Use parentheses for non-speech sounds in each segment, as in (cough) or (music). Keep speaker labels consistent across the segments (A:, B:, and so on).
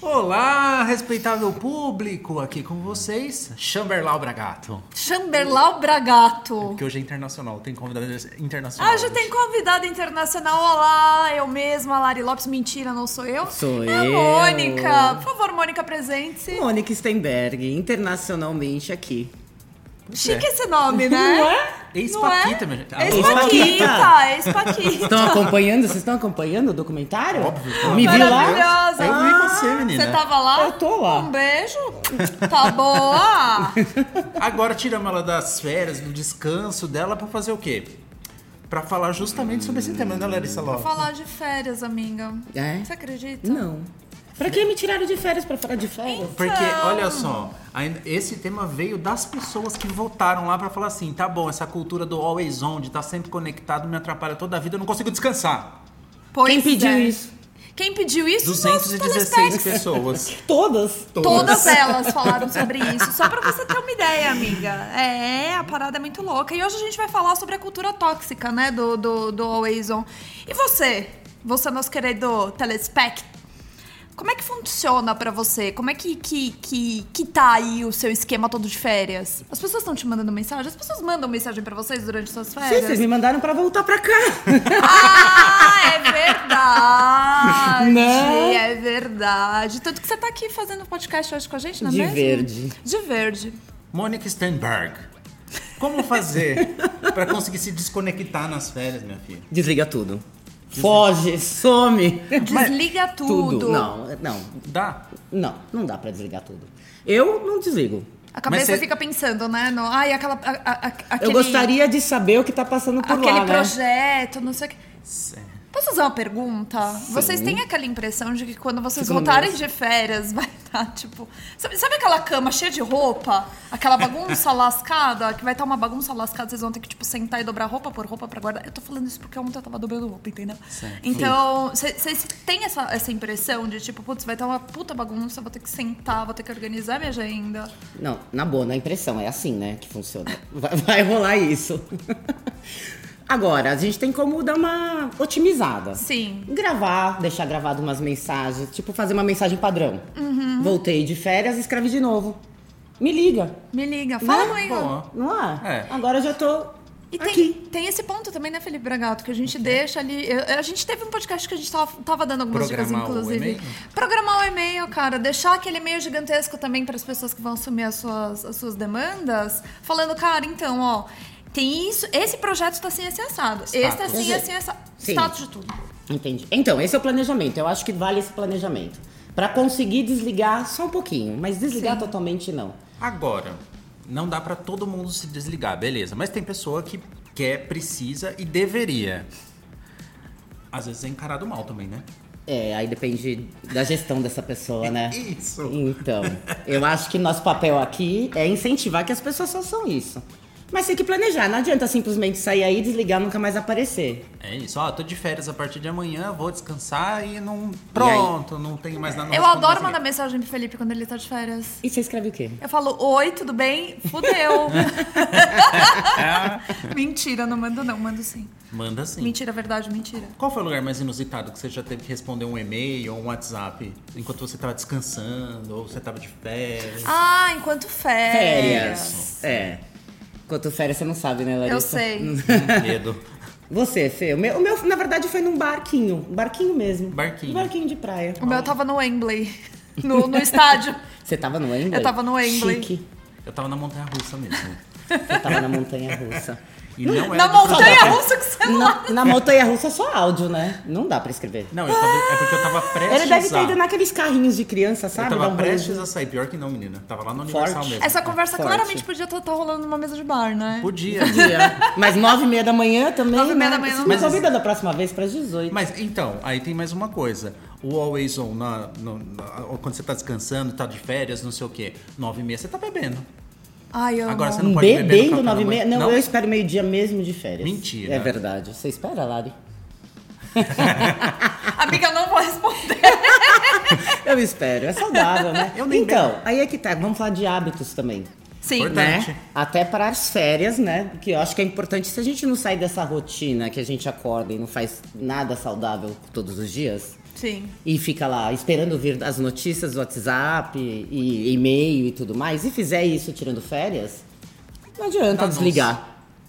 A: Olá, respeitável público, aqui com vocês, Chamberlau Bragato.
B: Chamberlau Bragato.
A: Porque hoje é internacional, tem convidado internacional.
B: Ah, já
A: hoje.
B: tem convidada internacional. Olá, eu mesma, Lari Lopes. Mentira, não sou eu.
C: Sou
B: É a
C: eu.
B: Mônica. Por favor, Mônica, presente.
C: Mônica Steinberg, internacionalmente aqui.
B: Chique esse nome, né? tá, Não é?
A: Ex-Paquita, minha gente.
B: Ex-Paquita, ex-Paquita.
C: é? Estão acompanhando? Vocês estão acompanhando o documentário?
A: Óbvio.
C: Me viu lá?
B: Maravilhosa.
A: Eu vi você, menina.
B: Você tava lá?
C: Eu tô lá.
B: Um beijo. Tá boa.
A: Agora tiramos ela das férias, do descanso dela pra fazer o quê? Pra falar justamente sobre esse tema, né, Larissa Lopes?
B: Falar de férias, amiga.
C: É?
B: Você acredita?
C: Não. Pra que me tiraram de férias pra falar de férias?
A: Porque, olha só, ainda- esse tema veio das pessoas que votaram lá pra falar assim: tá bom, essa cultura do always on, de estar sempre conectado, me atrapalha toda a vida, eu não consigo descansar.
B: Pois
C: Quem pediu
B: é.
C: isso?
B: Quem pediu isso? Nossos
A: 216
B: telespectadores.
A: pessoas.
C: Todas?
B: Todas
C: (laughs)
B: elas falaram sobre isso. Só pra você ter uma ideia, amiga. É, a parada é muito louca. E hoje a gente vai falar sobre a cultura tóxica, né? Do, do, do Always On. E você? Você, nosso querido telespect. Como é que funciona pra você? Como é que, que, que, que tá aí o seu esquema todo de férias? As pessoas estão te mandando mensagem? As pessoas mandam mensagem pra vocês durante suas
C: Sim,
B: férias?
C: vocês me mandaram pra voltar pra cá.
B: Ah, é verdade!
C: Né?
B: É verdade. Tanto que você tá aqui fazendo podcast hoje com a gente, não é
C: De
B: mesmo?
C: verde.
B: De verde.
A: Mônica Steinberg. Como
B: (laughs)
A: fazer pra conseguir se desconectar nas férias, minha filha?
C: Desliga tudo. Foge, some.
B: Desliga tudo.
C: Não, não,
A: Dá?
C: não. Não dá pra desligar tudo. Eu não desligo.
B: A cabeça
A: Mas você-
B: fica pensando, né? No, ai, aquela. a- a- a- aquele,
C: Eu gostaria de saber o que tá passando por
B: Aquele
C: lá, né?
B: projeto, não sei o que. Posso fazer uma pergunta? Vocês têm aquela impressão de que quando vocês
C: Fica no
B: voltarem
C: mês.
B: de férias, vai estar, tipo. Sabe, sabe aquela cama cheia de roupa? Aquela bagunça lascada? Que vai estar uma bagunça lascada, vocês vão ter que, tipo, sentar e dobrar roupa por roupa pra guardar. Eu tô falando isso porque ontem eu tava dobrando roupa, entendeu? Então, cê- vocês têm essa, essa impressão de, tipo, putz, vai estar uma puta bagunça, vou ter que sentar, vou ter que organizar minha agenda.
C: Não, na boa, na impressão, é assim, né, que funciona. (laughs) Vai, vai rolar isso. (laughs) Agora, a gente tem como dar uma otimizada.
B: Sim.
C: Gravar, deixar gravado umas mensagens, tipo fazer uma mensagem padrão.
B: Uhum.
C: Voltei de férias, escreve de novo. Me liga,
B: Me liga, fala
C: Né?
B: comigo.
A: Boa.
C: não é?
A: É.
C: Agora eu já tô
B: E tem,
C: aqui.
B: tem esse ponto também, né, Felipe Bragato, que a
A: É.
B: gente deixa ali. eu- a gente teve um podcast que a gente tava, tava dando algumas
A: Programar o
B: dicas,
A: e-mail?
B: inclusive. Programar o e-mail, cara. Deixar aquele e-mail gigantesco também para as pessoas que vão assumir as suas, as suas demandas. Falando, cara, então, ó, tem isso. Esse projeto tá assim, assim, assado. Esse tá assim,
C: Sim.
B: assim, assado.
C: Sim.
B: Status de tudo.
C: Entendi. Então, esse é o planejamento. Eu acho que vale esse planejamento. Pra conseguir desligar só um pouquinho, mas desligar totalmente não.
A: Agora, não dá pra todo mundo se desligar, beleza. Mas tem pessoa que quer, precisa e deveria. Às vezes é encarado mal também, né?
C: É, aí depende da gestão dessa
B: (laughs)
C: pessoa, né?
A: Isso.
C: Então, eu acho que nosso papel aqui é incentivar que as pessoas façam isso. Mas tem que planejar, não adianta simplesmente sair aí, desligar, nunca mais aparecer.
A: É isso, ó, tô de férias a partir de amanhã, vou descansar e não. Pronto, não tenho mais nada assim.
B: Eu adoro mandar mensagem pro Felipe quando ele tá de férias.
C: E você escreve o quê?
B: Eu falo, oi, tudo bem?
A: (laughs)
B: Fudeu. mentira, não mando não, mando sim.
A: Manda sim.
B: Mentira, é verdade, mentira.
A: Qual foi o lugar mais inusitado que você já teve que responder um e-mail ou um WhatsApp enquanto você tava descansando ou você tava de férias?
B: Ah, enquanto férias.
C: É. Quanto férias você não sabe, né, Larissa?
B: Eu sei.
A: Medo.
C: Você, Fê. O meu, o meu, na verdade, foi num barquinho. Um barquinho mesmo.
A: Barquinho.
C: Um barquinho de praia.
B: O meu tava no Wembley, no, no
C: (laughs)
B: estádio.
C: Você tava no Wembley?
B: Eu tava no Wembley.
C: Chique.
A: Eu tava na montanha russa mesmo.
C: Eu tava na
B: (laughs)
C: montanha russa.
A: E não era
B: Na
A: de
B: montanha
A: Salvador.
B: russa que você não.
C: na, na montanha russa é só áudio, né? Não dá pra escrever.
A: Não, eu tava, é porque eu tava prestes
C: Ele deve ter
A: a...
C: ido naqueles carrinhos de criança,
A: Eu
C: sabe?
A: tava
C: Dá um
A: prestes
C: rolezinho.
A: a sair. Pior que não, menina. Tava lá no Universal
C: Forte.
A: mesmo.
B: (laughs) Essa conversa
C: Forte.
B: claramente podia estar rolando numa mesa de bar, né?
A: Podia.
C: Dia. Mas nove e meia da manhã também.
B: Nove e meia
C: né?
B: da manhã
C: Você
B: não
C: me
B: dá.
C: convida da próxima vez para 18.
A: Mas então, aí tem mais uma coisa. O Always On, na, no- na- quando você tá descansando, tá de férias, não sei o quê. Nove e meia você tá bebendo.
B: Ai, amo.
A: Agora você não pode beber. no
C: Bebendo
A: café da
C: nove e meia?
A: manhã.
C: Não, eu espero meio-dia mesmo de férias.
A: Mentira.
C: É verdade. Você espera, Lari?
B: Amiga, eu não vou
C: (laughs)
B: responder.
C: Eu espero. É saudável, né?
A: (laughs) Eu nem
C: então,
A: bebo.
C: aí é que tá. Vamos falar de hábitos também.
B: Sim.
A: Importante.
C: Né? Até para as férias, né? Que eu acho que é importante. Se a gente não sair dessa rotina que a gente acorda e não faz nada saudável todos os dias,
B: Sim.
C: e fica lá esperando vir as notícias do WhatsApp e e-mail e tudo mais, e fizer isso tirando férias, não adianta
A: Dá
C: desligar,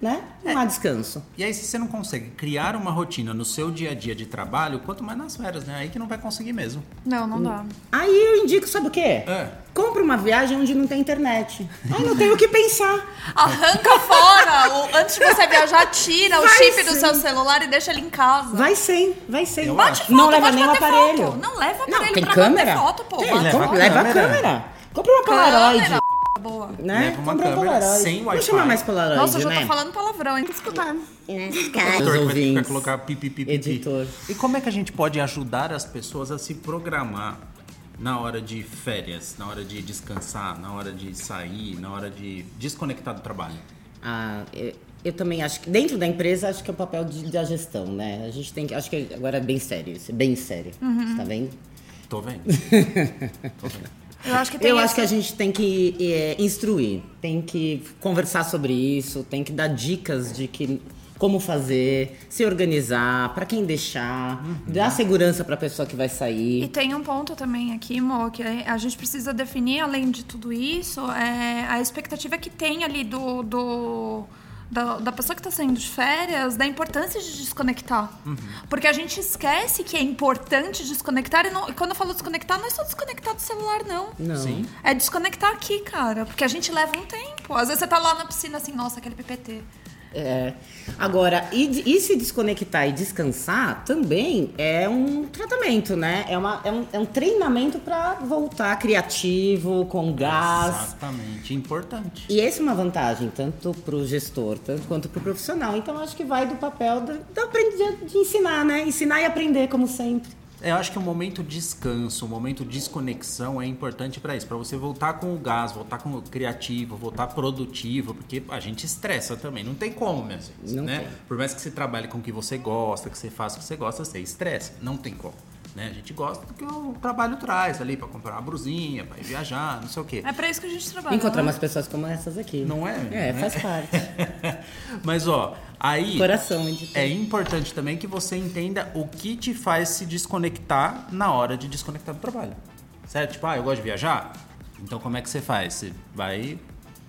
C: né? Não
A: É.
C: há descanso.
A: E aí, se você não consegue criar uma rotina no seu dia a dia de trabalho, quanto mais nas férias, né? Aí que não vai conseguir mesmo.
B: Não, não
C: Hum.
B: dá.
C: Aí eu indico, sabe o quê?
A: É.
C: Compra uma viagem onde não tem internet. Aí não tem o que pensar.
B: Arranca fora! o- antes de você viajar, tira o
C: Vai
B: chip do
C: sim.
B: seu celular e deixa ele em casa.
C: Vai sem, vai sem.
A: Eu
B: Bate
A: acho.
B: foto,
C: não leva
B: pode
C: nem o
B: bater
C: aparelho.
B: foto. Não leva
C: Não,
B: aparelho
C: tem
B: pra
C: câmera.
B: bater foto, pô.
C: Tem,
B: Bate
A: leva
B: foto.
C: leva,
A: a
C: leva a
A: câmera.
C: câmera. Compra uma Polaroid.
B: Câmera, Boa.
C: Né?
A: Leva uma
C: Compra
A: câmera
C: Polaroid.
A: sem
C: Vamos
A: Wi-Fi.
C: chamar mais Polaroid,
B: Nossa, eu já
C: né? É,
B: tô falando tá. palavrão, hein? Escutar.
A: Editor que vai ter que
C: ouvintes.
A: colocar pi, pi, pi, pi, pi.
C: Editor.
A: E como é que a gente pode ajudar as pessoas a se programar na hora de férias, na hora de descansar, na hora de sair, na hora de desconectar do trabalho?
C: Ah, eu, eu também acho que dentro da empresa acho que é o papel de- da gestão, né? A gente tem que acho que agora é bem sério, isso é bem sério.
B: Uhum.
C: Você tá vendo?
A: Tô
C: (laughs)
A: vendo. Tô vendo.
B: Eu acho que tem
C: Eu
B: esse-
C: acho que é a gente tem que é, instruir, tem que conversar sobre isso, tem que dar dicas de que como fazer, se organizar, pra quem deixar, dar segurança pra pessoa que vai
B: E
C: sair.
B: tem um ponto também aqui, Mo, que é, a gente precisa definir, além de tudo isso, é a expectativa que tem ali do. do- da, da pessoa que está saindo de férias, da importância de desconectar. Porque a gente esquece que é importante desconectar. E, não- e quando eu falo desconectar, não é só desconectar do celular, não.
C: Não.
A: Sim.
B: É desconectar aqui, cara. Porque a gente leva um tempo. Às vezes você tá lá na piscina assim, nossa, aquele PPT.
C: É. Agora, e, de- e se desconectar e descansar também é um tratamento, né? É, uma, é, um, é um treinamento pra voltar criativo, com gás.
A: Exatamente. Importante.
C: E essa é uma vantagem, tanto para o gestor tanto quanto para o profissional. Então, acho que vai do papel do, do aprender, de ensinar, né? Ensinar e aprender, como sempre.
A: Eu acho que o momento descanso, o momento desconexão é importante pra isso, pra você voltar com o gás, voltar com o criativo, voltar produtivo, porque a gente estressa também, não tem como, minha gente,
C: Não
A: né?
C: tem.
A: Por mais que você trabalhe com o que você gosta, que você faça o que você gosta, você estressa, não tem como. Né? A gente gosta do que o trabalho traz ali, pra comprar uma brusinha, pra ir viajar, não sei o quê.
B: É pra isso que a gente trabalha.
C: Encontrar
B: né?
C: umas pessoas como essas aqui.
A: Não é?
C: É, faz
A: (laughs)
C: parte.
A: Mas ó, aí.
C: Coração, editor.
A: É importante também que você entenda o que te faz se desconectar na hora de desconectar do trabalho. Certo? Tipo, ah, eu gosto de viajar? Então como é que você faz? Você vai.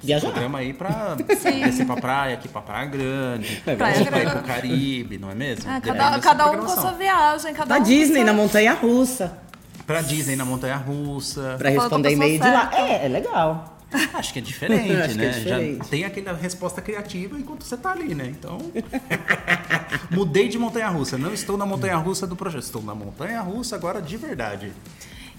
C: Viajar.
A: se Programa aí
C: (laughs)
A: pra descer pra praia, aqui pra Praia Grande,
C: Vai
A: pra ir
B: viajar.
A: pro Caribe, não é mesmo?
B: É,
A: Depende
B: cada,
A: da
B: cada
A: sua
B: um com a sua
A: programação.
B: viagem, cada
C: Da
B: um com
C: Disney,
B: seu-
C: na Montanha Russa.
A: Pra Disney na Montanha Russa.
C: Pra
B: Fala com a
C: responder
B: pessoa
C: e-mail de lá. É, é legal.
A: Acho que é diferente,
C: (laughs) Acho que
A: né?
C: é diferente.
A: Já tem aquela resposta criativa enquanto você tá ali, né? Então. (laughs) Mudei de montanha russa. Não estou na montanha russa do projeto. Estou na montanha russa agora de verdade.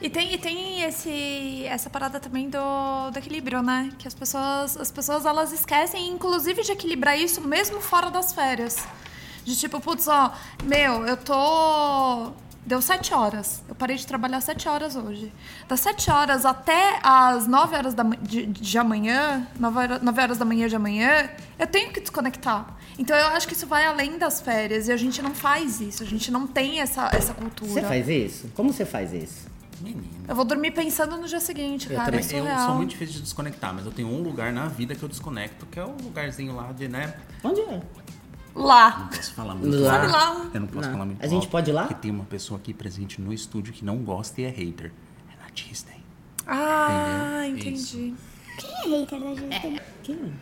B: E tem, e tem esse, essa parada também do, do equilíbrio, né? Que as pessoas, as pessoas elas esquecem, inclusive, de equilibrar isso mesmo fora das férias. De tipo, putz, ó, meu, eu tô. Deu sete horas. Eu parei de trabalhar sete horas hoje. Das sete horas até as nove horas da, ma- de, de amanhã, nove hora- nove horas da manhã de amanhã, eu tenho que desconectar. Então eu acho que isso vai além das férias. E a gente não faz isso. A gente não tem essa, essa cultura.
C: Você faz isso? Como você faz isso?
A: Menino.
B: Eu vou dormir pensando no dia seguinte,
C: Eu
B: cara.
C: também.
B: É
A: Eu
B: surreal.
A: sou muito difícil de desconectar, mas eu tenho um lugar na vida que eu desconecto, que é o lugarzinho lá de, né?
C: Onde é?
B: Lá.
A: Posso falar muito
C: Lá.
A: alto.
B: Sabe lá? um-
A: Eu não posso
C: Lá.
A: falar muito
C: A gente
A: alto,
C: pode ir lá?
A: Porque tem uma pessoa aqui presente no estúdio que não gosta e é hater. É na Disney.
B: Ah,
A: Entendeu?
B: entendi.
D: Quem é hater da gente?
C: Quem?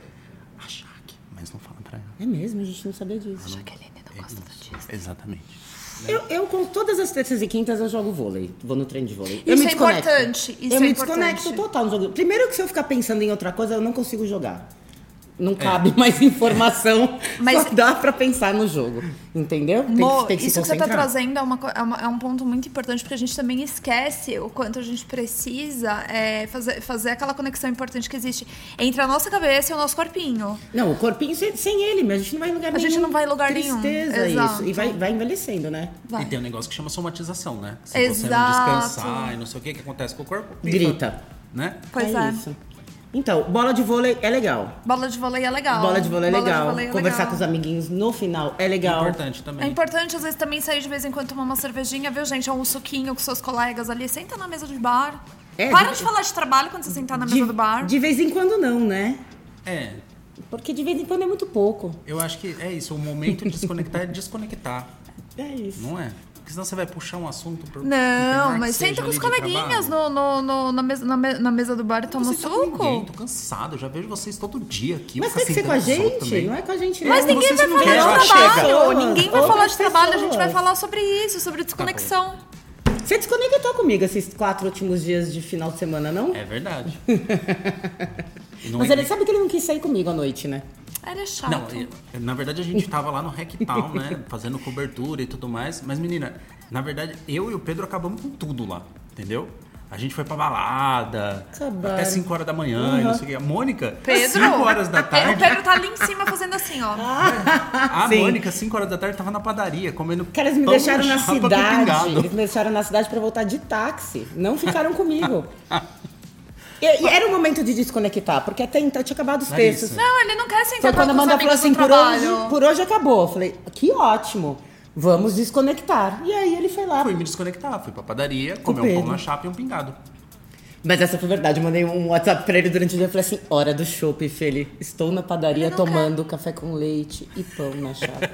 A: A Shaq. Mas não fala pra ela.
C: É mesmo, a gente não sabia disso.
B: Jaqueline não né? gosta da Disney.
A: Exatamente.
C: Eu, eu, com todas as terças e quintas, eu jogo vôlei. Vou no trem de vôlei. eu
B: Isso
C: me
B: é
C: desconecto.
B: importante, isso
C: eu
B: é
C: me
B: importante.
C: desconecto total no jogo. Primeiro que se eu ficar pensando em outra coisa, eu não consigo jogar. Não cabe (laughs) mais informação.
B: (laughs) Mas-
C: Só dá pra pensar no jogo. Entendeu? Tem
B: Mo,
C: que, tem que
B: isso
C: se
B: que você tá
C: concentrar.
B: trazendo é, uma co- é uma- é um ponto muito importante, porque a gente também esquece o quanto a gente precisa é, fazer, fazer aquela conexão importante que existe entre a nossa cabeça e o nosso corpinho.
C: Não, o corpinho sem, sem ele, mas a gente não vai em lugar
B: A
C: nenhum.
B: gente não vai em lugar nenhum,
C: Tristeza
B: exato.
C: isso. E vai, vai envelhecendo, né?
B: Vai.
A: E tem um negócio que chama somatização, né? Se você não
B: Exato.
A: descansar e não sei o que, o que acontece com o corpo? pifa,
C: Grita.
A: Né?
B: Pois
C: é
B: é.
C: isso. Então, bola de vôlei é legal.
B: Bola de vôlei é legal.
C: Bola de vôlei é legal.
B: vôlei é
C: Conversar
B: legal.
C: com os amiguinhos no final é legal.
A: Importante também.
B: É importante, às vezes, também sair de vez em quando tomar uma cervejinha, viu, gente? Ou um suquinho com seus colegas ali. Senta na mesa de bar.
C: É,
B: Para
C: de-
B: de falar de trabalho quando você sentar na mesa
C: De,
B: do bar.
C: de vez em quando não, né?
A: É,
C: Porque de vez em quando é muito pouco.
A: eu acho que é isso. O momento de desconectar é desconectar,
C: É isso.
A: não é? Porque senão você vai puxar um assunto pro.
B: Não, mas senta com os coleguinhas no, no- no- na, mesa, na, me- na mesa do bar e toma um suco.
A: tá tô cansado, eu já vejo vocês todo dia aqui.
C: Mas
A: vou
C: tem
A: ficar
C: que ser com a
A: sentando no sol
C: gente,
A: também.
C: não é com a gente
B: Mas
C: não.
B: ninguém vai
A: vocês não
B: falar
A: querem
B: de
A: achar
B: trabalho.
C: pessoas,
B: ninguém vai falar
C: outras
B: de trabalho. A gente vai
C: pessoas.
B: falar sobre isso, sobre desconexão.
C: Você desconectou comigo esses quatro últimos dias de final de semana, não?
A: É verdade. Não
C: Mas
A: é-
C: ele sabe que ele não quis sair comigo à noite, né?
B: Ele é chato.
A: Não, eu- na verdade a
C: (laughs)
A: gente tava lá no Hacktown, né? Fazendo cobertura e tudo mais. Mas, menina, na verdade, eu e o Pedro acabamos com tudo lá, entendeu? A gente foi pra balada,
C: Acabaram.
A: até 5 horas da manhã, e não
C: Uhum.
A: sei o quê. A Mônica,
B: Pedro,
A: 5 horas da
B: O
C: (laughs)
A: tarde.
B: (laughs) Pedro tá ali em cima fazendo assim, ó.
C: Ah,
A: A
C: Sim.
A: Mônica, 5 horas da tarde, tava na padaria, comendo.
C: Cara, eles me
A: pão
C: deixaram
A: com
C: na
A: chapa com
C: cidade.
A: pingado.
C: Eles me deixaram na cidade pra voltar de táxi. Não ficaram comigo.
A: (laughs)
C: E, e era o momento de desconectar, porque até então eu tinha acabado os
A: Larissa.
C: textos.
B: Não, ele não quer sentar
C: Foi quando a
B: com os
C: Amanda
B: amigos
C: falou assim,
B: do
C: por hoje,
B: trabalho.
C: por hoje acabou. Eu falei, que ótimo, vamos desconectar. E aí ele foi lá.
A: Fui me desconectar, fui pra padaria, comer um
C: Pedro.
A: pão na chapa e um pingado.
C: Mas essa foi verdade, eu mandei um WhatsApp pra ele durante o dia e falei assim, hora do chopp, Feli. Estou na padaria
B: Ele não
C: tomando café com leite e pão na
B: (laughs)
C: chapa.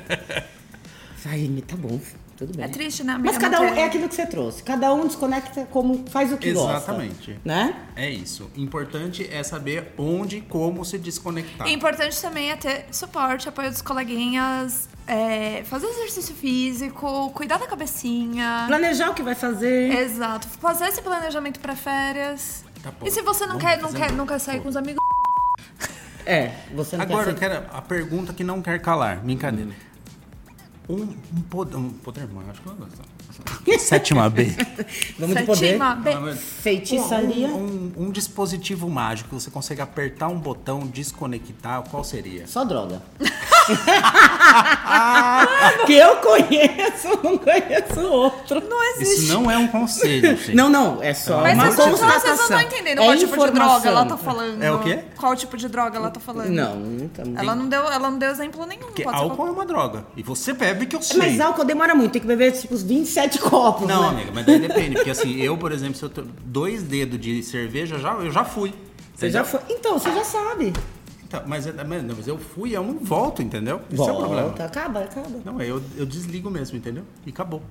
C: Ai, tá bom, tudo bem.
B: É triste, né, amiga?
C: Mas cada um,
B: Não ter-
C: é aquilo que você trouxe. Cada um desconecta como faz o que gosta.
A: Exatamente.
C: Né?
A: É isso. Importante é saber onde e como se desconectar.
B: E importante também é ter suporte, apoio dos coleguinhas, é, fazer exercício físico, cuidar da cabecinha.
C: Planejar o que vai fazer.
B: Exato. Fazer esse planejamento pra férias.
A: Tá bom.
B: e se você não
A: Vamos
B: quer, não
A: fazer
B: quer,
A: um-
B: não quer sair com os amigos,
C: É, você não
A: Agora eu
C: quer ser...
A: quero a pergunta que não quer calar. Brincadeira.
C: Hum.
A: Um, um poder. Um poder, mano, acho que eu não gosto. Sétima B.
C: Vamos de poder.
B: sétima, B.
A: (laughs)
C: Feitiçaria.
A: Um, um- um dispositivo mágico que você consegue apertar um botão, desconectar, qual seria?
C: Só droga. (laughs) que eu conheço, não conheço outro.
B: Não existe.
A: Isso não é um
C: (laughs)
A: conselho, gente.
C: Não, não, é só
B: Mas então
C: uma
B: vocês não-
C: constatação.
B: vocês não estão entendendo
C: É
B: qual tipo de droga ela tá
C: informação.
B: falando.
A: É o quê?
B: Qual tipo de droga ela tá falando.
C: Não, não estamos.
B: Ela não deu, ela não deu exemplo nenhum.
A: Porque
B: pode ser
A: álcool
B: qualquer-
A: é uma droga. E você bebe que eu sei.
C: um Mas álcool demora muito, tem que beber tipo uns 27 copos.
A: Não,
C: né?
A: amiga, mas daí depende. Porque assim, eu, por exemplo, se eu tenho dois dedos de cerveja, já, eu já fui.
C: Você já foi. Então, você já sabe.
A: Então, mas, é- mas- não, mas eu fui e eu não volto, entendeu? Esse é o problema.
C: Volta, acaba, acaba.
A: Não, é, eu, eu desligo mesmo, entendeu? E acabou.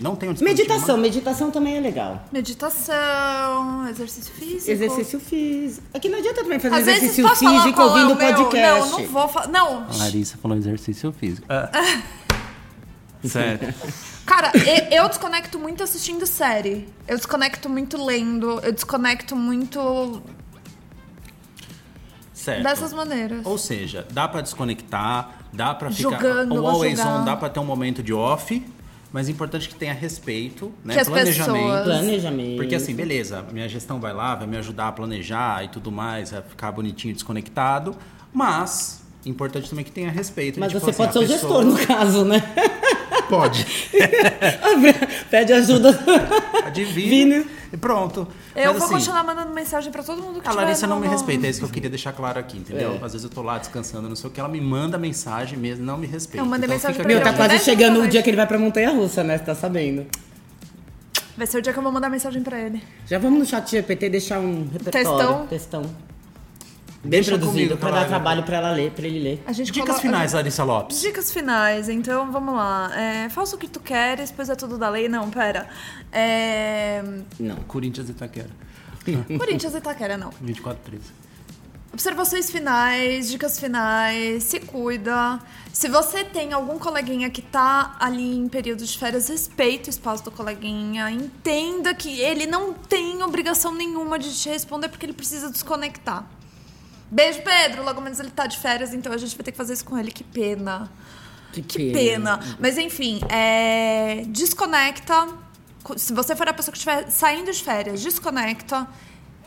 A: Não tenho dispositivo
C: Meditação,
A: mais.
C: meditação também é legal.
B: Meditação, exercício físico.
C: Exercício físico. Aqui não adianta também fazer
B: Às vezes,
C: exercício
B: posso falar
C: físico
B: qual é o
C: ouvindo
B: meu?
C: podcast.
B: Não, não vou falar. Não,
A: A Larissa falou exercício físico. (laughs) Sério.
B: Cara, e- eu desconecto muito assistindo série. Eu desconecto muito lendo. Eu desconecto muito
A: Certo.
B: dessas maneiras.
A: Ou seja, dá pra desconectar, dá pra ficar.
B: Jogando,
A: o
B: vou
A: always
B: jogar.
A: on dá pra ter um momento de off, mas é importante que tenha respeito, né?
B: Que as
A: Planejamento.
B: pessoas-
C: Planejamento.
A: Porque assim, beleza, minha gestão vai lá, vai me ajudar a planejar e tudo mais, a ficar bonitinho desconectado, mas importante também que tenha respeito. A
C: Mas
B: Tipo
A: gente
C: você
A: fala
C: pode
A: assim,
C: ser o
A: a pessoa-
C: gestor, no caso, né? (laughs)
A: Pode. (laughs)
C: Pede ajuda.
A: Adivinha.
C: Vini.
A: E pronto.
B: Eu
A: Mas,
B: vou
A: assim,
B: continuar mandando mensagem pra todo mundo que
A: A
B: tiver
A: Larissa não
B: no-
A: me
B: no-
A: respeita, é isso que eu queria deixar claro aqui, entendeu?
C: É.
A: Às vezes eu tô lá descansando, não sei o que, ela me manda mensagem mesmo, não me respeita.
B: Eu mandei
A: Então
B: mensagem
A: fica aqui
B: pra
C: Meu,
B: ele,
A: a
B: né?
C: tá
A: dica.
C: quase
B: Dez
C: chegando o
B: minutos.
C: dia que ele vai pra Montanha Russa, né? Você tá sabendo.
B: Vai ser o dia que eu vou mandar mensagem pra ele.
C: Já vamos no chat GPT deixar um
B: Textão.
C: repertório. Textão. Bem
A: Deixa
C: produzido,
A: comigo,
C: pra dar
A: Carolina.
C: trabalho pra ela ler, pra ele ler.
B: A gente
A: Dicas
B: coloca-
A: finais, Larissa Lopes.
B: Dicas finais, então vamos lá. É, faça o que tu queres, pois é tudo da lei. Não, pera.
A: (laughs)
B: É...
C: Não.
A: Corinthians e Itaquera.
B: Corinthians e Itaquera, não.
A: 24 13.
B: Observações finais, dicas finais, se cuida. Se você tem algum coleguinha que tá ali em período de férias, respeita o espaço do coleguinha. Entenda que ele não tem obrigação nenhuma de te responder porque ele precisa desconectar. Beijo, Pedro. Logo menos ele tá de férias, então a gente vai ter que fazer isso com ele. Que pena.
C: Que
B: pena. Uhum. Mas enfim, é, desconecta. Co- Se você for a pessoa que estiver saindo de férias, desconecta.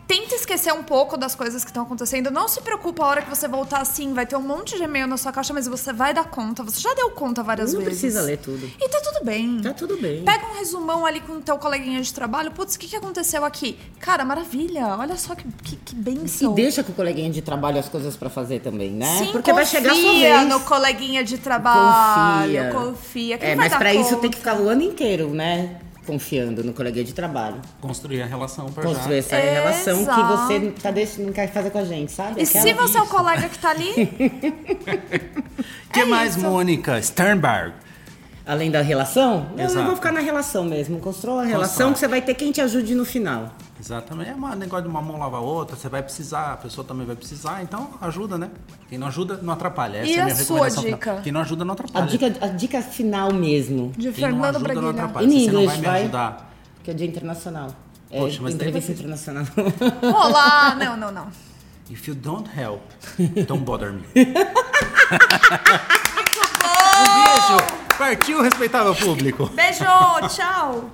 B: Tenta esquecer um pouco das coisas que estão acontecendo. Não se preocupa a hora que você voltar assim, vai ter um monte de e-mail na sua caixa, mas você vai dar conta. Você já deu conta várias
C: Não
B: vezes.
C: precisa ler tudo.
B: E tá tudo bem.
C: Tá tudo bem.
B: Pega um resumão ali com o teu coleguinha de trabalho. Putz, o que, que aconteceu aqui? Cara, maravilha. Olha só que, que, que
C: E
B: benção.
C: deixa com o coleguinha de trabalho as coisas pra fazer também, né?
B: Sim,
C: Porque vai chegar a sua
B: confia
C: vez.
B: no coleguinha de trabalho. Confia. que
C: É,
B: vai
C: mas
B: dar
C: pra isso
B: conta.
C: tem que ficar o ano inteiro, né? Confiando no coleguinha de trabalho.
A: Construir a relação pra
C: Construir
A: já.
C: essa
B: Exato.
C: relação que você tá deixando, não quer fazer com a gente, sabe?
B: E se
C: Aquela-
B: você é o colega que tá ali,
A: O que mais, Mônica Sternberg?
C: Além da relação? Não, eu
A: Exato.
C: vou ficar na relação mesmo. Constrói a relação
A: Constrói.
C: que você vai ter quem te ajude no final.
A: Exatamente. É um negócio de uma mão lavar a outra, você vai precisar, a pessoa também vai precisar, então ajuda, né? Quem não ajuda, não atrapalha. Essa
B: E
A: é a
B: a
A: minha
B: sua
A: recomendação.
B: dica?
A: final. Quem não ajuda, não
C: A
A: atrapalha.
C: dica, é a dica final mesmo.
B: (laughs) De
A: Quem não
B: Fernando
A: ajuda, não
B: Braguilha.
A: atrapalha.
C: In
A: Se você não vai
C: English,
A: me
C: vai.
A: ajudar.
C: Que é o dia internacional. É,
A: Poxa, mas daí
C: entrevista
A: você-
C: internacional. (laughs)
B: Olá! Não, não, não.
A: If you don't help, don't bother me. Um
B: Muito bom!
A: Beijo! Partiu, respeitável público!
B: Beijo! Tchau!